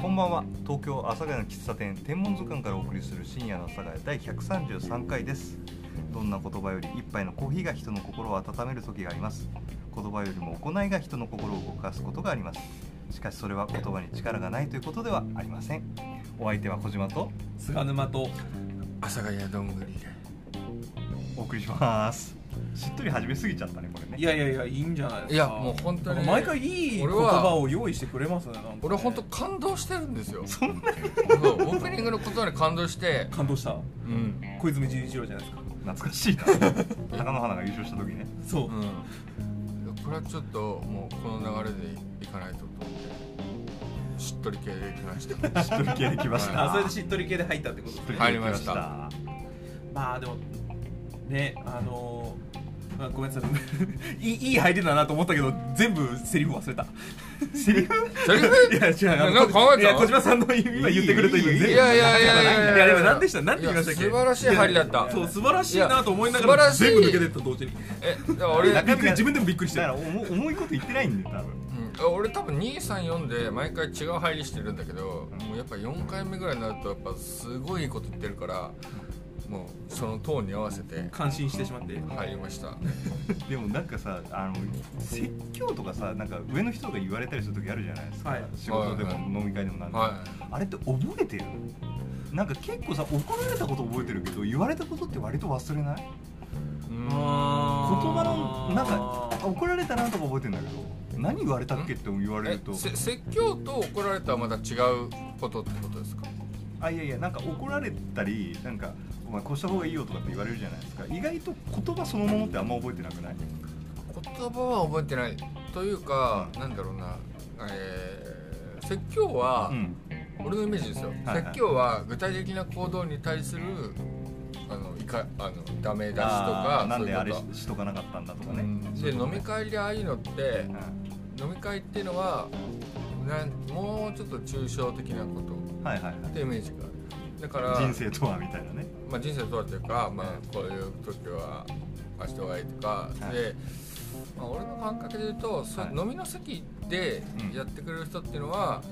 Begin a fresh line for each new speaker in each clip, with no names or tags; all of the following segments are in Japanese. こんばんは東京阿佐ヶ谷の喫茶店天文図鑑からお送りする深夜の阿佐ヶ谷第133回ですどんな言葉より一杯のコーヒーが人の心を温める時があります言葉よりも行いが人の心を動かすことがありますしかしそれは言葉に力がないということではありませんお相手は小島と
菅沼と
阿佐ヶ谷どんぐりで
お送りしますしっとり始めすぎちゃったねこれね
いやいやいやいいんじゃないですか
いやもう本当に
毎回いい言
俺は
葉を用意してくれますねなんかね
俺本当感動してるんですよ
そんな
そうオープニングのことに感動して
感動した
うん
小泉純一郎じゃないですか
懐かしいな貴乃花が優勝した時ね
そううん
いやこれはちょっともうこの流れでいかないとと思ってしっとり系でいきまし た
しっとり系できまし
あ
た
それでしっとり系で入ったってことですね
入りました
は
まあでもねあのーまあごめんなさい いいいい入りだなと思ったけど全部セリフ忘れたセリフ
セリフ
いや違うあの
なんか考えた
いや小島さんの今言ってくれた意味全部
いやいやいやいやいや
いやでも何でした何て言いましたっけ
いや素晴らしい入りだった
そう素晴らしいなと思いなが
いや
ら
素晴らし
全
い
部抜けてった同時に
えだから俺、
な
び
ん
っ
か
くり自分でもびっくりして
だか
る
ら重重いこと言ってないんで多分
うん、俺多分234で毎回違う入りしてるんだけどもうやっぱ4回目ぐらいになるとやっぱすごいいいこと言ってるからもうそのトーンに合わせて
感心してしまって
入りました
でもなんかさあの説教とかさなんか上の人が言われたりする時あるじゃないですか、
はい
仕事でも
はいはい
飲み会でもなんでも、
は
あれって覚えてるなんか結構さ怒られたこと覚えてるけど言われたことって割と忘れない言
い
言
葉のなんかあ怒られたなとか覚えてんだけど何言われたっけって言われ
え
ると
せ説教と怒られたはまた違うことってことですか
あいやいやなんか怒られたりなんかお前こうした方がいいよとかって言われるじゃないですか意外と言葉そのものってあんま覚えてなくない
言葉は覚えてないというか、なんだろうな、えー説教は、
うん
俺のイメージですよ、
はいはい
説教は具体的な行動に対するあのいかあのダメ出しとか
あーなんで
そう
あ
いう
れ
こ
し
と
しとかなかったんだとか
う
ね
ん
そう
で
いうこと
飲
ね
み会でああいうのって飲み会っていうのはなんもうちょっと抽象的なこと
うんはいはい
ってイメージがあるだから
はい人生とはみたいなね
まあ、人生とはというか、まあ、こういう時はああした方がいいとか、
はい
で、まあ、俺の感覚で言うと、そう
はい
飲みの席で
うん
やってくれる人っていうのは、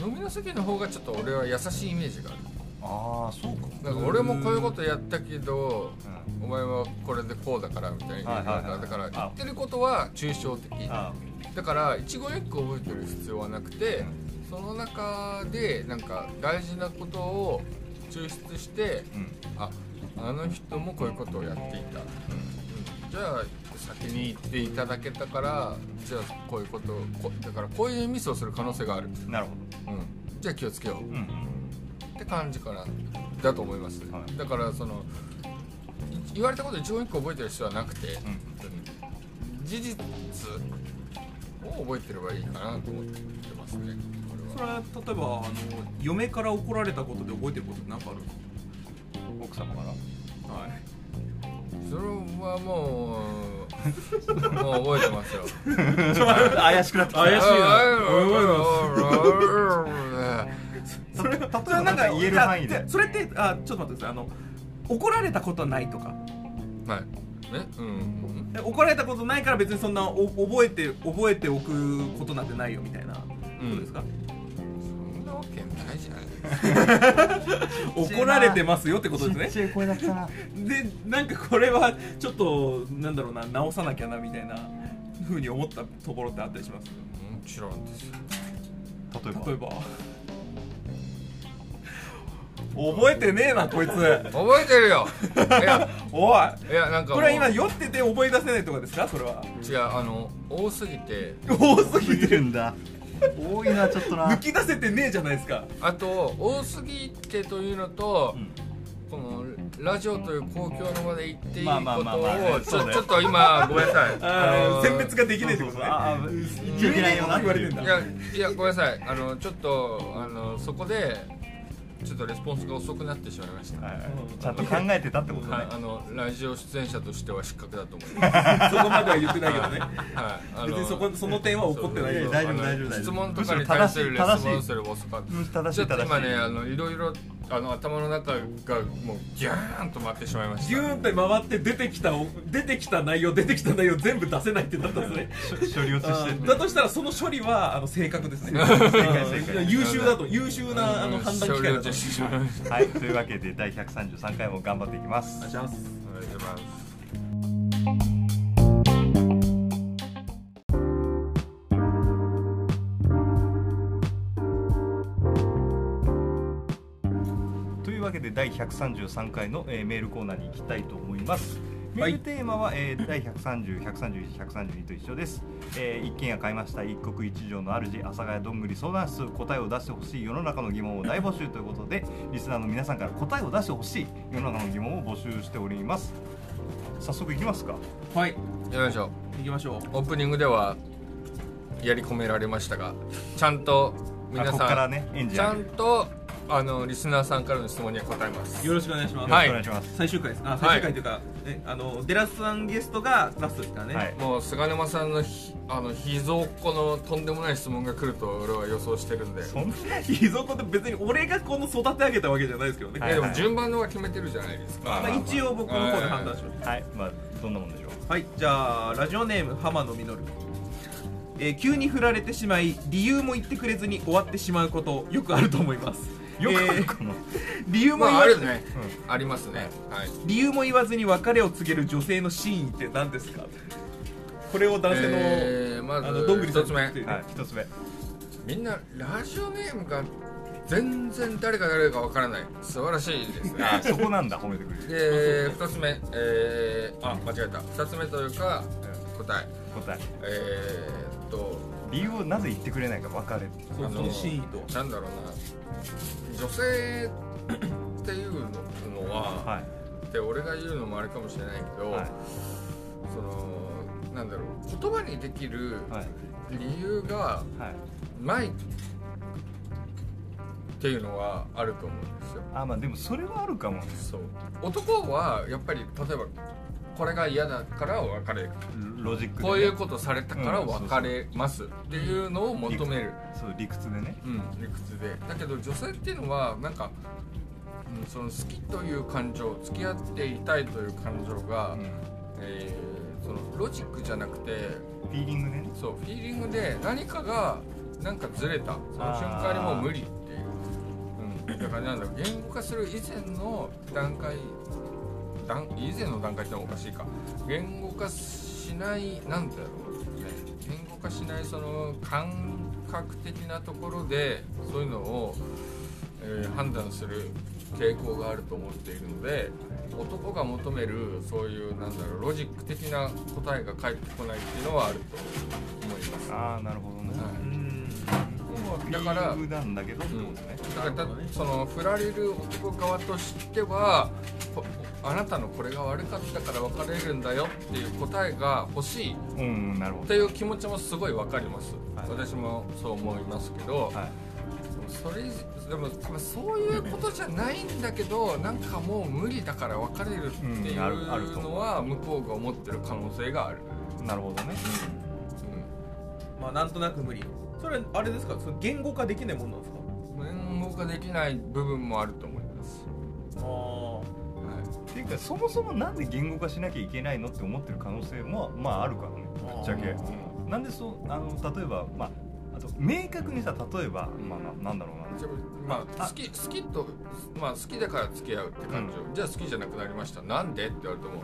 飲みの席の方がちょっと俺は優しいイメージがある
ああそうか
だから俺もこういうことやったけど
うん
お前はこれでこうだからみたいな、
はいはいはい
だから
あ
言ってることは抽象的
あ
だから一言一句覚えてる必要はなくて、その中でなんか大事なことを抽出して
ーうん
ああの人もこういうことをやっていた、じゃあ先に行っていただけたからじゃあこういうことをこだからこういうミスをする可能性がある、
なるほ
うん、じゃあ気をつけよ
ど
う
うんうん
って感じかなだと思います、
はい
だからそのい言われたこと一言一個覚えてる必要はなくて、
うん
事実を覚えてればいいかなと思ってますねこ れ
そ
は
れは例えばあの嫁から怒られたことで覚えてることって何かあるんで
奥様から
すかはい
それは もうもう覚えてますよ
怪しくなってき
怪しいな
それ例えば
それは
なんか言える範囲
じゃ
で
あそれってあちょっと待ってくださいあの怒られたことはないとか
はい。ね、うん。
え怒られたことないから別にそんなお覚えて覚えておくことなんてないよみたいなことですか、
そんなわけないじゃない。
怒られてますよってことですね
ちゃい声だったな
でなんかこれはちょっとなんだろうな直さなきゃなみたいなふうに思ったところってあったりします
もちろんですよ。
例えば
例えば覚えてねえなこいつ
覚えてるよ。いや、
おい
いや、なんかもう。
これは今
違う、
酔ってて覚え出せないとかですかそれは
あの、多すぎて、
多
多す
すぎ
ぎ
て
るんだ多いなちょっとな
抜き出せてねえじゃないですか
あと、多すぎてというのと。
うん
このラジオという公共の場で言っていいこ
まあまあまあまあ
とを
ね
ち
そう
ょ
だよ
ちょっと今ごめんなさい
あ
の
ー選別ができねえって
そうそ
こと
う
ね
ああ言っちゃいけないよなっていう
言われてんだ
いやいやごめんなさいあのちょっとあのそこでちょっとレスポンスが遅くなってしまいました、
はいはいちゃんと考えてたってことね
はい、あのラジオ出演者としては失格だと思います
そこまでは言ってないけどね
はい、あ
別にそこその点は怒ってない
よ
そう
いやいや大丈夫
あの
大丈夫大丈夫
質問とかに対するレスポ
む
ン
し
ス
ろ
より遅かっ
うん正
た。
し
ちょ
い
っと
正しい
今ね、あのいろいろあの頭の中がもうギャーンと回ってしまいまし
ギ
た
ューンって回って出てきたお出てきた内容出てきた内容全部出せないってなったんですね
処理落ちして
あ
っ
ー
て
だとしたらその処理はあの正確ですね
正解
あー優秀だと優秀なあの判断機会だと思い
と
ます
お願い
はいというわけで第133回も頑張っていきます
お願いします
します
というわけで第133回の、えーメールコーナーに行きたいと思います。メ
は
ー
い
ルテーマは、えー第130、131、132と一緒です、えー一軒家買いました一国一城の主阿佐ヶ谷どんぐり相談室答えを出してほしい世の中の疑問を大募集ということでリスナーの皆さんから答えを出してほしい世の中の疑問を募集しております早速いきますか
はい
よいしょ
行きましょ
オープニングではやり込められましたがちゃんと皆
あここ
さん
からねエンジン
ち
上
ゃ
げ
ん
る
とあのリスナーさんからの質問には答えます
うよろしくお願いします、
はい
よろしくお願いし
最終回ですあ
い
最終回というか、ね、あのデラスさんゲストがラストですからね、
ます、はい
もう菅沼さんのひあの秘蔵っ子のとんでもない質問が来ると俺は予想してるんで
そんな
秘蔵子って別に俺がこの育て上げたわけじゃないですけどね、
はい
やで
は
も
い
順番の方が決めてるじゃないです
ま
か
あ
まあ、一応僕の方で判断しまし
はいまあどんなもんでしょう
たはいじゃあラジオネーム浜野実えー急に振られてしまい理由も言ってくれずに終わってしまうことよくあると思います
よくあ
え
る
ー
かな、
理由も
ま
言
ああ
わず
るね、ありますねはい
理由も言わずに別れを告げる女性の真意って何ですかこれを男性の、
えーまず
あのどんぐりさん
一つ目
っていうね
はい一つ目
みんなラジオネームが全然誰が誰かわからない素晴らしいですね
あそこなんだ褒めてくれる
で2つ目えー、あ間違えた2つ目というか答え
答え
えー、っと
理由をなぜ言ってくれないか別れ
そう
あ
その真意と
なんだろうな女性 っていうのは、
は
って俺が言うのもあれかもしれないけ
い
ど、
はい
そのなんだろう言葉にできる
はい
理由が
はい
ないっていうのはあると思うんですよ
あまあでもそれはあるかもね
そう男はやっぱり例えばこれが嫌だから別れる
ロジックで、ね、
こういうことされたから
うんそうそう
別れますっていうのを求める、
そう理屈でね
うん、理屈でだけど女性っていうのはなんか、うん、その好きという感情付き合っていたいという感情が、
うん
えーそのロジックじゃなくて
フィーリングでね
そうフィーリングで何かがなんかずれたその瞬間にもう無理っていう、うん、だからなんだろう言語化する以前の段階段以前の段階ってのはおかしいか言語化しないなんだろうね言語化しないその感覚的なところでそういうのを、えー判断する傾向があると思っているので男が求めるそういうなんだろうロジック的な答えが返ってこないっていうのはあると思います。
ああなるほどね、
はいう
ーん
フィーリングなんだけどってことね、
だからだその振られる男側としてはこあなたのこれが悪かったから別れるんだよっていう答えが欲しいっ
うん、うん、なるほ
て
ど
いう気持ちもすごいわかります、
はい
私もそう思いますけど、
はい
それ以上でも多分そういうことじゃないんだけどなんかもう無理だから別れるってい
うんあるあると
う
思う
のは向こうが思ってる可能性がある、
なるほどね
まあなんとなく無理それあれですかそれ言語化できないもんなんですか
うん、言語化できない部分もあると思います、
あ
はい
っていうかそもそもなんで言語化しなきゃいけないのって思ってる可能性もまああるからねぶっちゃけ
あ
なんでそうあの例えばまああと明確にさ例えば、まあななんだろうな
じゃあまあ
あ
好き好きとまあ好きだから付き合うって感じ、じゃあ好きじゃなくなりましたなんでって言われても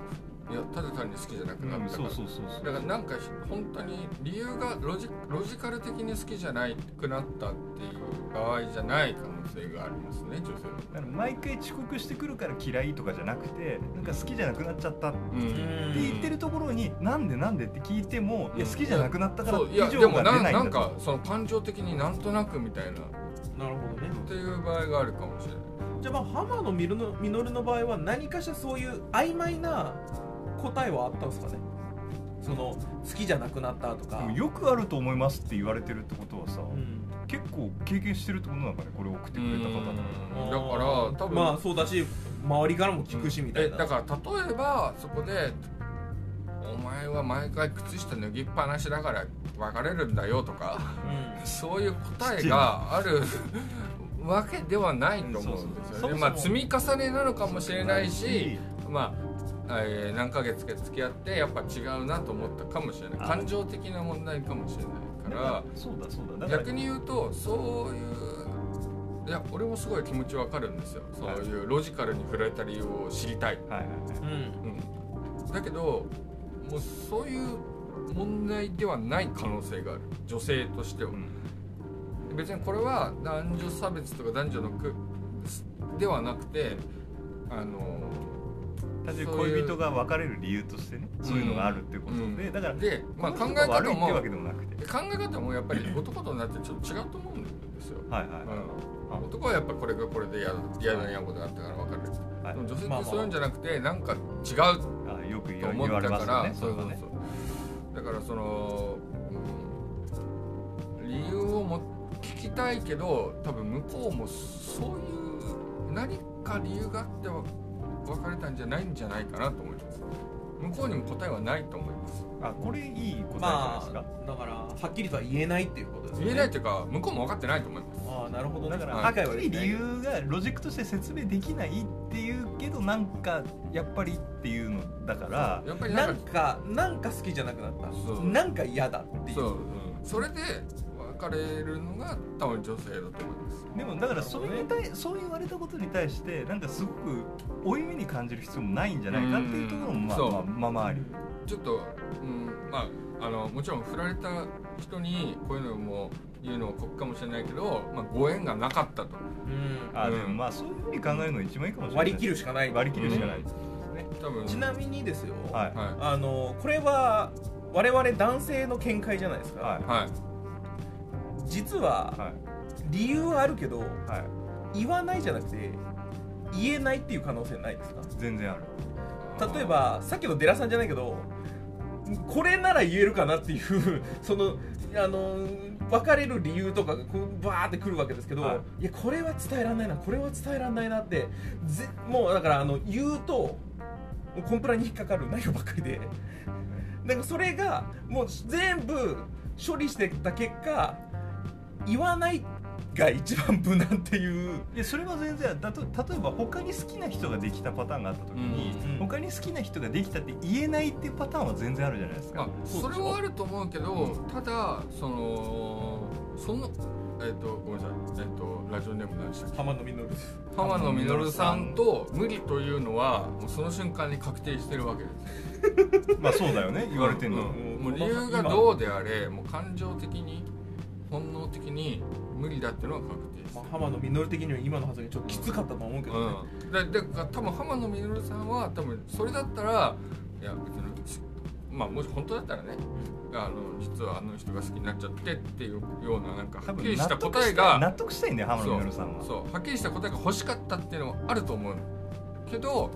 いやただ単に好きじゃなくな
うん
ったか
そ
ら、
うそうそうそう
だからなんか本当に理由がロジロジカル的に好きじゃないくなったっていう場合じゃない可能性がありますね女性は。
だから毎回遅刻してくるから嫌いとかじゃなくてなんか好きじゃなくなっちゃったって
うん
うん
言ってるところに、なんでなんでって聞いても、いや好きじゃなくなったから
そ
以
ういやで
上
も
が
な
出
ん
ないんだ
なんかその感情的になんとなくみたいなっ
ーなるほどね
ていう場合があるかもしれない。
じゃあまあ浜野みるのみのるの場合は何かしらそういう曖昧な答えはあったんですかねその好きじゃなくなったとか
でもよくあると思いますって言われてるってことはさ、
うん
結構経験してるってことなんかねこれ送ってくれた方なら
うんだから多分
まあそうだし周りからも聞くしみたいな、
えだから例えばそこで「お前は毎回靴下脱ぎっぱなし だから別れるんだよ」とか
うん
そういう答えがあるわけではないと思うんです
そ
よね、
うそうそう
まあ、積み重ねなのかもしれないし、まあえー何ヶ月か付き合ってやっぱ違うなと思ったかもしれない
あ
感情的な問題かもしれないか
そうだそうだ
ら
だから
逆に言うとそういういや俺もすごい気持ちわかるんですよそういうロジカルに振られた理由を知りたい、
はいはいはい
うん
うん、だけどもうそういう問題ではない可能性がある女性としては
う。ん
別にこれは男女差別とか男女のくではなくてあの
単純に
そうい
恋
う
人が別れる理由としてねそういうのがあるっていうことで、
うん
だから
で、まあ、
こ
考
の
え
人が悪
方
いっ
も
てわ
考
けでもなくて
え方もやっぱり男となってちょっと違うと思うんですよ、
はいはい、はい
うん男はやっぱこれがこれで嫌だ嫌だ嫌なことがあったから分かる、
はい
でも女性
まあ
っ
まあ
てそういうんじゃなくてなんか違う
あよく言
と
わ
思っ
言われ
た
ます
か
よ
ら、
ね
そう
れ
そ
は
う
ね
そうだからその、うん、理由をも聞きたいけど多分向こうもそういう何か理由があっては別れたんじゃないんじゃないかなと思います向こうにも答えはないと思います
あこれいい答えじゃないで
ますあ
か、
だからはっきりとは言えないっていうことですね
言えないというか向こうも分かってないと思います
ああなるほど
だから
うん
はっきり理由がロジックとして説明できないっていうけどなんかやっぱりっていうのだから
やっぱりな
なんん
か
かなんか好きじゃなくなった
そう
なんか嫌だっていう
そう、うんそれで別れるのが多分女性だと思います
でもだからそれに対そう言われたことに対してなんかすごく負い目に感じる必要もないんじゃないかっていうところもまあ
うん
まあまあまああり
ちょっと、うん、まああのもちろん振られた人にこういうのも言うのも酷かもしれないけど、まあ、ご縁がなかったと
うん
あ
うん
でもまあそういうふうに考えるのが一番いいかもしれない
割り切るしかない
割り切るしかない、
多分
ちなみにですよ、
はい
は
あのこれは我々男性の見解じゃないですか、
はい
いはい
実は
はい
理由はあるけど
はい
言わないじゃなくて言えないっていう可能性ないですか
全然ある
例えばさっきのデラさんじゃないけどこれなら言えるかなっていう そのあの別れる理由とかがこうバーってくるわけですけど、、
はい
やこれは伝えられないなこれは伝えられないなってぜもうだからあの言うともうコンプラに引っかかる内容ばっかりでなんかそれがもう全部処理してた結果言わないが一番無難っていう
いやそれは全然だと例えば他に好きな人ができたパターンがあった時に、
うん
他に好きな人ができたって言えないっていうパターンは全然あるじゃないです
まあ
か、
それはあると思うけどただそのそのえっとごめんなさいえっとラジオネーム何でしたっけ
浜野実です。
浜野実さんと無理というのはもうその瞬間に確定してるわけです
まあそうだよね言われてんの、
うんもう理由がどうであれもう感情的に本能的に無理だってのは確定です
まあ、浜野実的には今の発言ちょっときつかったと思うけどね、
うん、でで多分浜野実さんは多分それだったらいや別にしまあもし本当だったらねあの実はあの人が好きになっちゃってっていうようななんかはっきりした答え
納
が
得したいんだよ浜野実さんは
そうはっきりした答えが欲しかったっていうのはあると思うけど、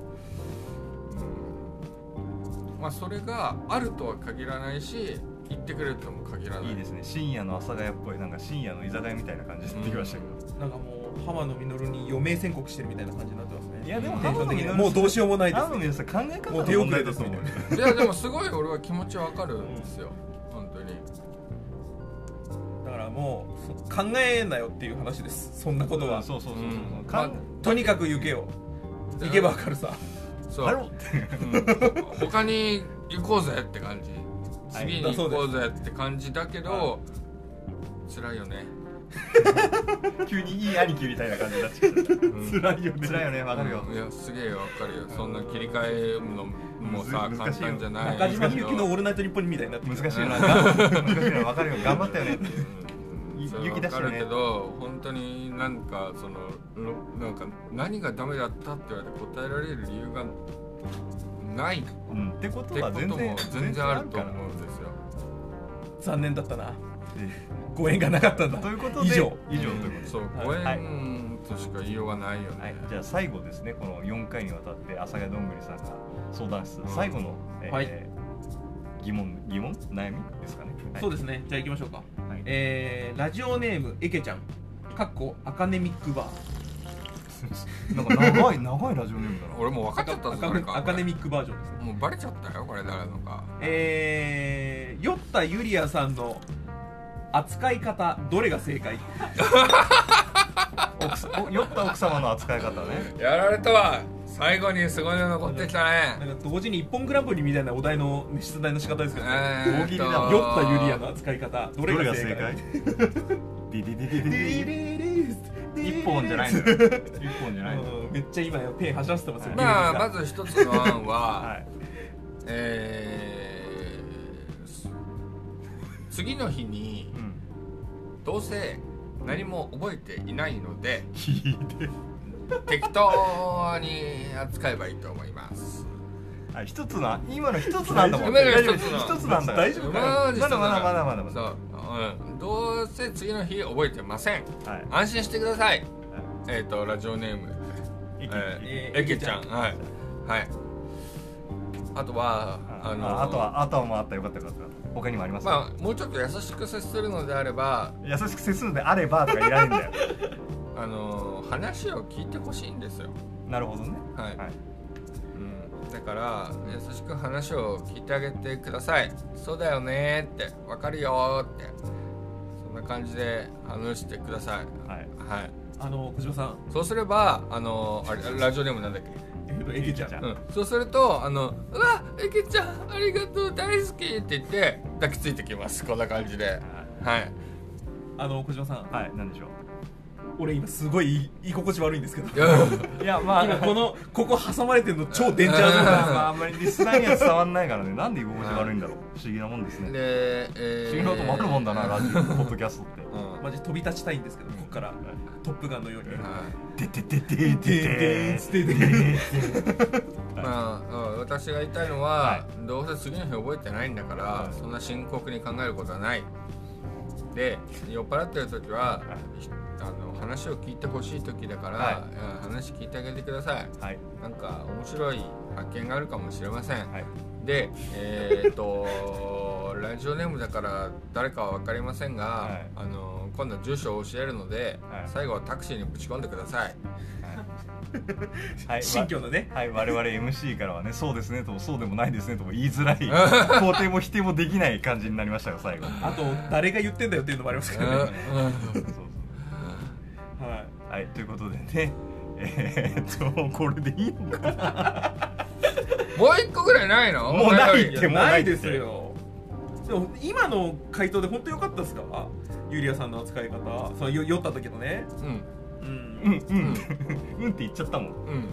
うんまあそれがあるとは限らないし言ってくれるとも限らない
いいですね深夜の阿佐ヶ谷っぽいなんか深夜の居酒屋みたいな感じになってきましたけど、
なんかもう浜野実に余命宣告してるみたいな感じになってますね
いやでも
テンション的に
浜野実
もうどうしようもないです
浜野実さん考え方
も
の
う手遅
問
れ
題
で
だ
す
と
み
思
た
う
いな
いやでもすごい俺は気持ちわかるんですよ、本当に
だからもうそ考えんなよっていう話ですそんなことは
そうそうそうそう、
うん
かん
とにかく行けよ行けばわかるさ
そう
だろうって
うん他に行こうぜって感じ
はい
次に行こうぜって感じだけど、辛いよね
急にいい兄貴みたいな感じになっちゃう、
ん
辛いよね辛いよねわかるよ、
うんいやすげえよわかるよそんな切り替えのもさ
むず
簡単じゃない
中島みゆきの「オ
う
ールナイトニッポン」にみたいになってる
難しいな難しいなわかるよ頑張ったよねって
ん
ゆ
それ
勇気出
わ
した
か
よね
るけど本当になんかそのろなんか何がダメだったって言われて答えられる理由がないって
うん、ってこと
こ
は
と
全然
も全然あると
から
思うんですよ
残念だったな
え
ご縁がなかったんだ
ということで
以上
以上ということで
そうご縁としか言いようがないよね、
はい、じゃあ最後ですねこの4回にわたって阿佐ヶ谷どんぐりさんが相談室
うん
最後の、えー
はい
疑問疑問悩みですかね、はい、
そう
で
ですねじゃあ行きましょうか
す、はい
えー、ラジオネームえけちゃんかっこアカネミックバー
なんか長い長いラジオネームだな
俺もう分かっちゃったぞ
アカ
誰か
アカネミックバージョンですね
もうバレちゃったよこれ誰のか
えー、ヨッタユリアさんの扱い方どれが正解
奥さお酔った奥様の扱い方ね
やられたわ最後にすごいの残ってきたね
なんか同時に一本グランプリみたいなお題のね出題の仕方ですけどね
え
大喜利だ
酔ったユリアの扱い方どれ
どれ
が
が
正
正
解
解ディディディディデ
リ
ィ
リ
ディ
リリ
一本じゃないのよ一本じゃないのよ
うんめっちゃ今ペン走らせてますよ
まあま
ず
ず一つの案は、
はい
えーす次の日に
うん
どうせ何も覚えていないので
聞いて
適当に扱えばいいと思います
あ一つな今の一つなんだもん
今の
大丈夫で
一つ
す
なの
一つなんだ
大丈夫か
まだまだまだまだまだ
そう、うん、どうせ次の日覚えてません
はい
安心してくださいえっ、とラジオネーム
いい
え
え
ーえけちゃんはいはいあとは
あああとはあとはもうあったよかったよかった他にもありますか
まあもうちょっと優しく接するのであれば
優しく接するのであればとかいらないんだよ
あのー話を聞いてほしいんですよ
なるほどね
はい、
はい
うん、だから優しく話を聞いてあげてくださいそうだよねーってわかるよーってそんな感じで話してください
はい
はい
あの小島さん
そうすればあのーあれラジオネームなんだっけ
えっとエケちゃん
エケちゃ
うん、そうすると「あのうわえけちゃんありがとう大好き」って言って抱きついてきますこんな感じで はい
あの小島さん
はいなんでしょ
俺今すごい居心地悪いんですけど
ういやま
今このここ挟まれてるの超デンジャーゾーンなんです
まああんまりリスナーには伝わんないからねなんで居心地悪いんだろう不思議なもんですね
で、
不
え
思議なこともあるもんだなラジオポッドキャストって
うん
マジ飛び立ちたいんですけどここからトップガンのように
はい
てててててて
ててて
まあ、うん私が言いたいのは、
は
どうせ次の日覚えてないんだから、
はい
そんな深刻に考えることはないで酔っ払ってる時は、ひあの話を聞いてほしい時だから、
は
うん話聞いてあげてください
はい
なんか面白い発見があるかもしれません、
はい
でえーっと ラジオネームだから誰かは分かりませんが、
はい
あの今度は住所を教えるので、
はい
最後はタクシーにぶち込んでくだ さい
はい
新居のね
はい、我々 MC からはね、そうですねとも、そうでもないですねとも言いづ らい、肯定も否定もできない感じになりましたよ、最後。
あと誰が言ってんだよっていうのもありますけどね
そうそう
はい
はい、ということでね、えーっと、これでいいのかな
もう一個ぐらいないの
もうないって
い
で
や
も
な
ないいって
ですよでも今の回答で本当良かったですかユリアさんの扱い方その酔酔った時のね
うん
う
うん
ん、うん、うんって言っちゃったもん。
うん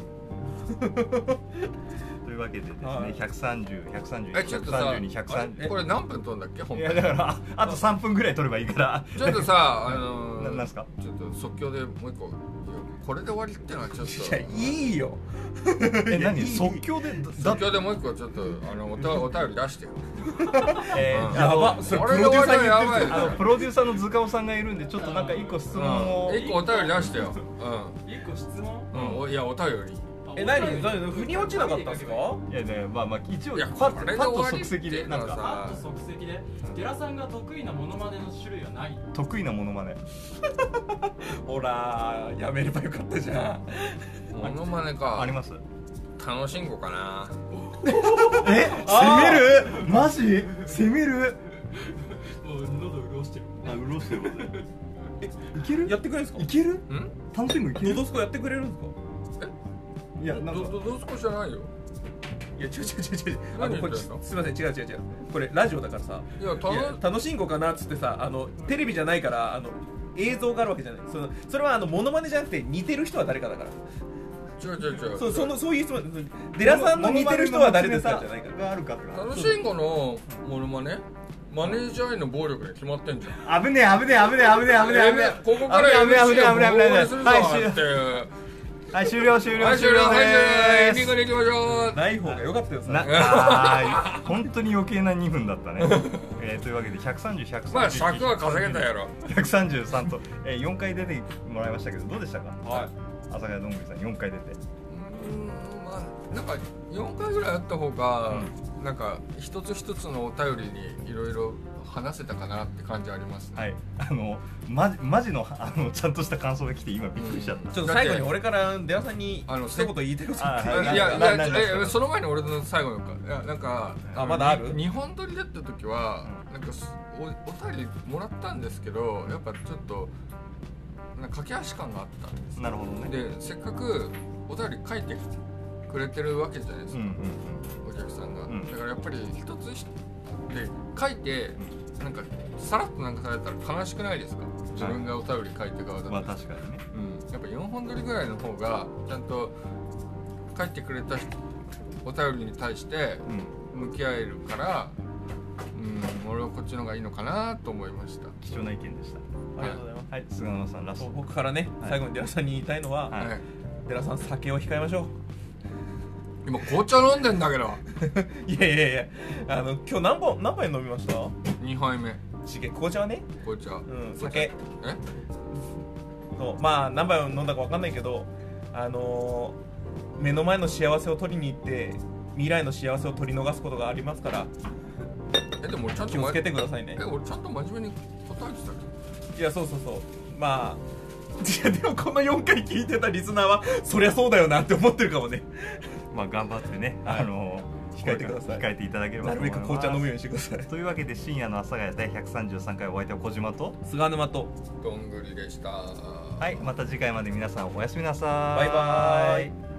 というわけでですね、
はい
130、131、
えちょっとさ
132、
え
130。
これ何分飛んだっけ本
い
編
や、だから、ああと3分ぐらい取ればいいから、
ちょっ とさあの
な
ー、
なんすか
ちょっと即興でもう一個いやこれで終わりってのはちょっと
いやいいよ
え、
いやい
何
い
即興で、だ
即興でもう一個ちょっとあのおたお便り出してよ
えー
うん
あの
やばそれ
これで終わりはやばい
あのプロデューサーの図鑑さんがいるんでちょっとなんか一個質問を、
うん一個お便り出してよ
一個質問
うん、うん、おいやお便り
え何何腑に落ちなかったんですか
いやいやまあまあ一応
いや
パッ
ことれで
パッ
終
と
わり
即席でなん
っていうの
か
パッと即席でゲラさんが得意なモノマネの種類はない
得意なものまね
ほらやめればよかったじゃん
モノマネ
あ
か
ります
楽しんごかな
え攻めるマジ攻める
もう喉潤してる
あうろしてるいける
やってくれるんで
い
すか
ける
うん
単身いけ
ド
る
ドスコやってくれるんですか
いやなん
ど
か
どどうすこじゃないよ
いや違う違う違う違うあの
何言
こ
ってん
れ
の
すみません違う違う違うこれラジオだからさ
いやた
いや楽しんごかなっつってさあのテレビじゃないからあの映像があるわけじゃないそのそれはあのモノマネじゃなくて似てる人は誰かだから
違う違う違う
そうそのそういう質問デラさんの似てる人は誰ですかじゃないから
があるかって
楽しんごのモノマネマネージャーへの暴力に決まってんじゃん
危ねえ危ねえ危ねえ危ねえ危ねえ危ねえ
ここから
危ねえ危ねえ
MC を
危ねえ危ねえ
暴行するぞ
はい
っていう
はい終了終了
はい終了はい終了エンディン
です
グに行きましょう
ない方が良かったよ
な
さ
あー本当に余計な2分だったね、えーというわけで130130
まあ尺は稼げたやろ
133と、えー、4回出てもらいましたけどどうでしたか
は
朝ヶ谷どんぐりさん4回出て
うーんまあなんか4回ぐらいあった方が、なんか一つ一つのお便りにいろいろ話せたかなって感じありますね、
はいあのマジマジのあのちゃんとした感想が来て今びっくりしちゃっ
いちょっと最後に俺からデラさんに
あの
一言言いたいこと
あはい
やい
な
やい
な
や
なんですか
えその前に俺の最後のかいやなんか
あまだある
に日本撮りだった時は
う
なんかすおお便りもらったんですけどやっぱちょっとなんか駆け足感があったんです
なるほどね
でせっかくお便り書いてくれてるわけじゃないです
うん
か、
うん
お客さんが、
うん
だからやっぱり一つ一つで書いてなんかさらっとなんかされたら悲しくないですか自分がお便り書いて側だ
う
と、
んまあ確かにね
うん、やっぱ4本撮りぐらいの方がちゃんと書いてくれた人お便りに対して
うん
向き合えるから、うん、俺はこっちの方がいいのかなと思いました。
貴重な意見でし
ありがとうございます
たはい菅野さんラスト
僕からね
はい
最後にデラさんに言いたいのは、
は
はい、
デラさん酒を控えましょ
今紅茶飲んでんだけど
ういやいやいやあの今日何本何杯飲みました
2杯目
ちげ紅茶はね
紅茶、
うん
紅茶
酒
え
そうまあ何杯飲んだか分かんないけどあのー目の前の幸せを取りに行って未来の幸せを取り逃すことがありますから
えでも俺ちゃんと
気を
ま
つけてくださいね
え俺ちゃんと真面目に答えてたけど
いやそうそうそうまあいやでもこの4回聞いてたリスナーはそりゃそうだよなって思ってるかもね
まあ頑張ってね
はい
あの控えて
覚えてください
控えていただければ
な
と思
るべ
います
く紅茶飲むようにしてください
というわけで深夜の朝が第133回お相手は小島と
菅沼と
どんぐりでした
はいまた次回まで皆さんおやすみなさ
バ
い
イバーイ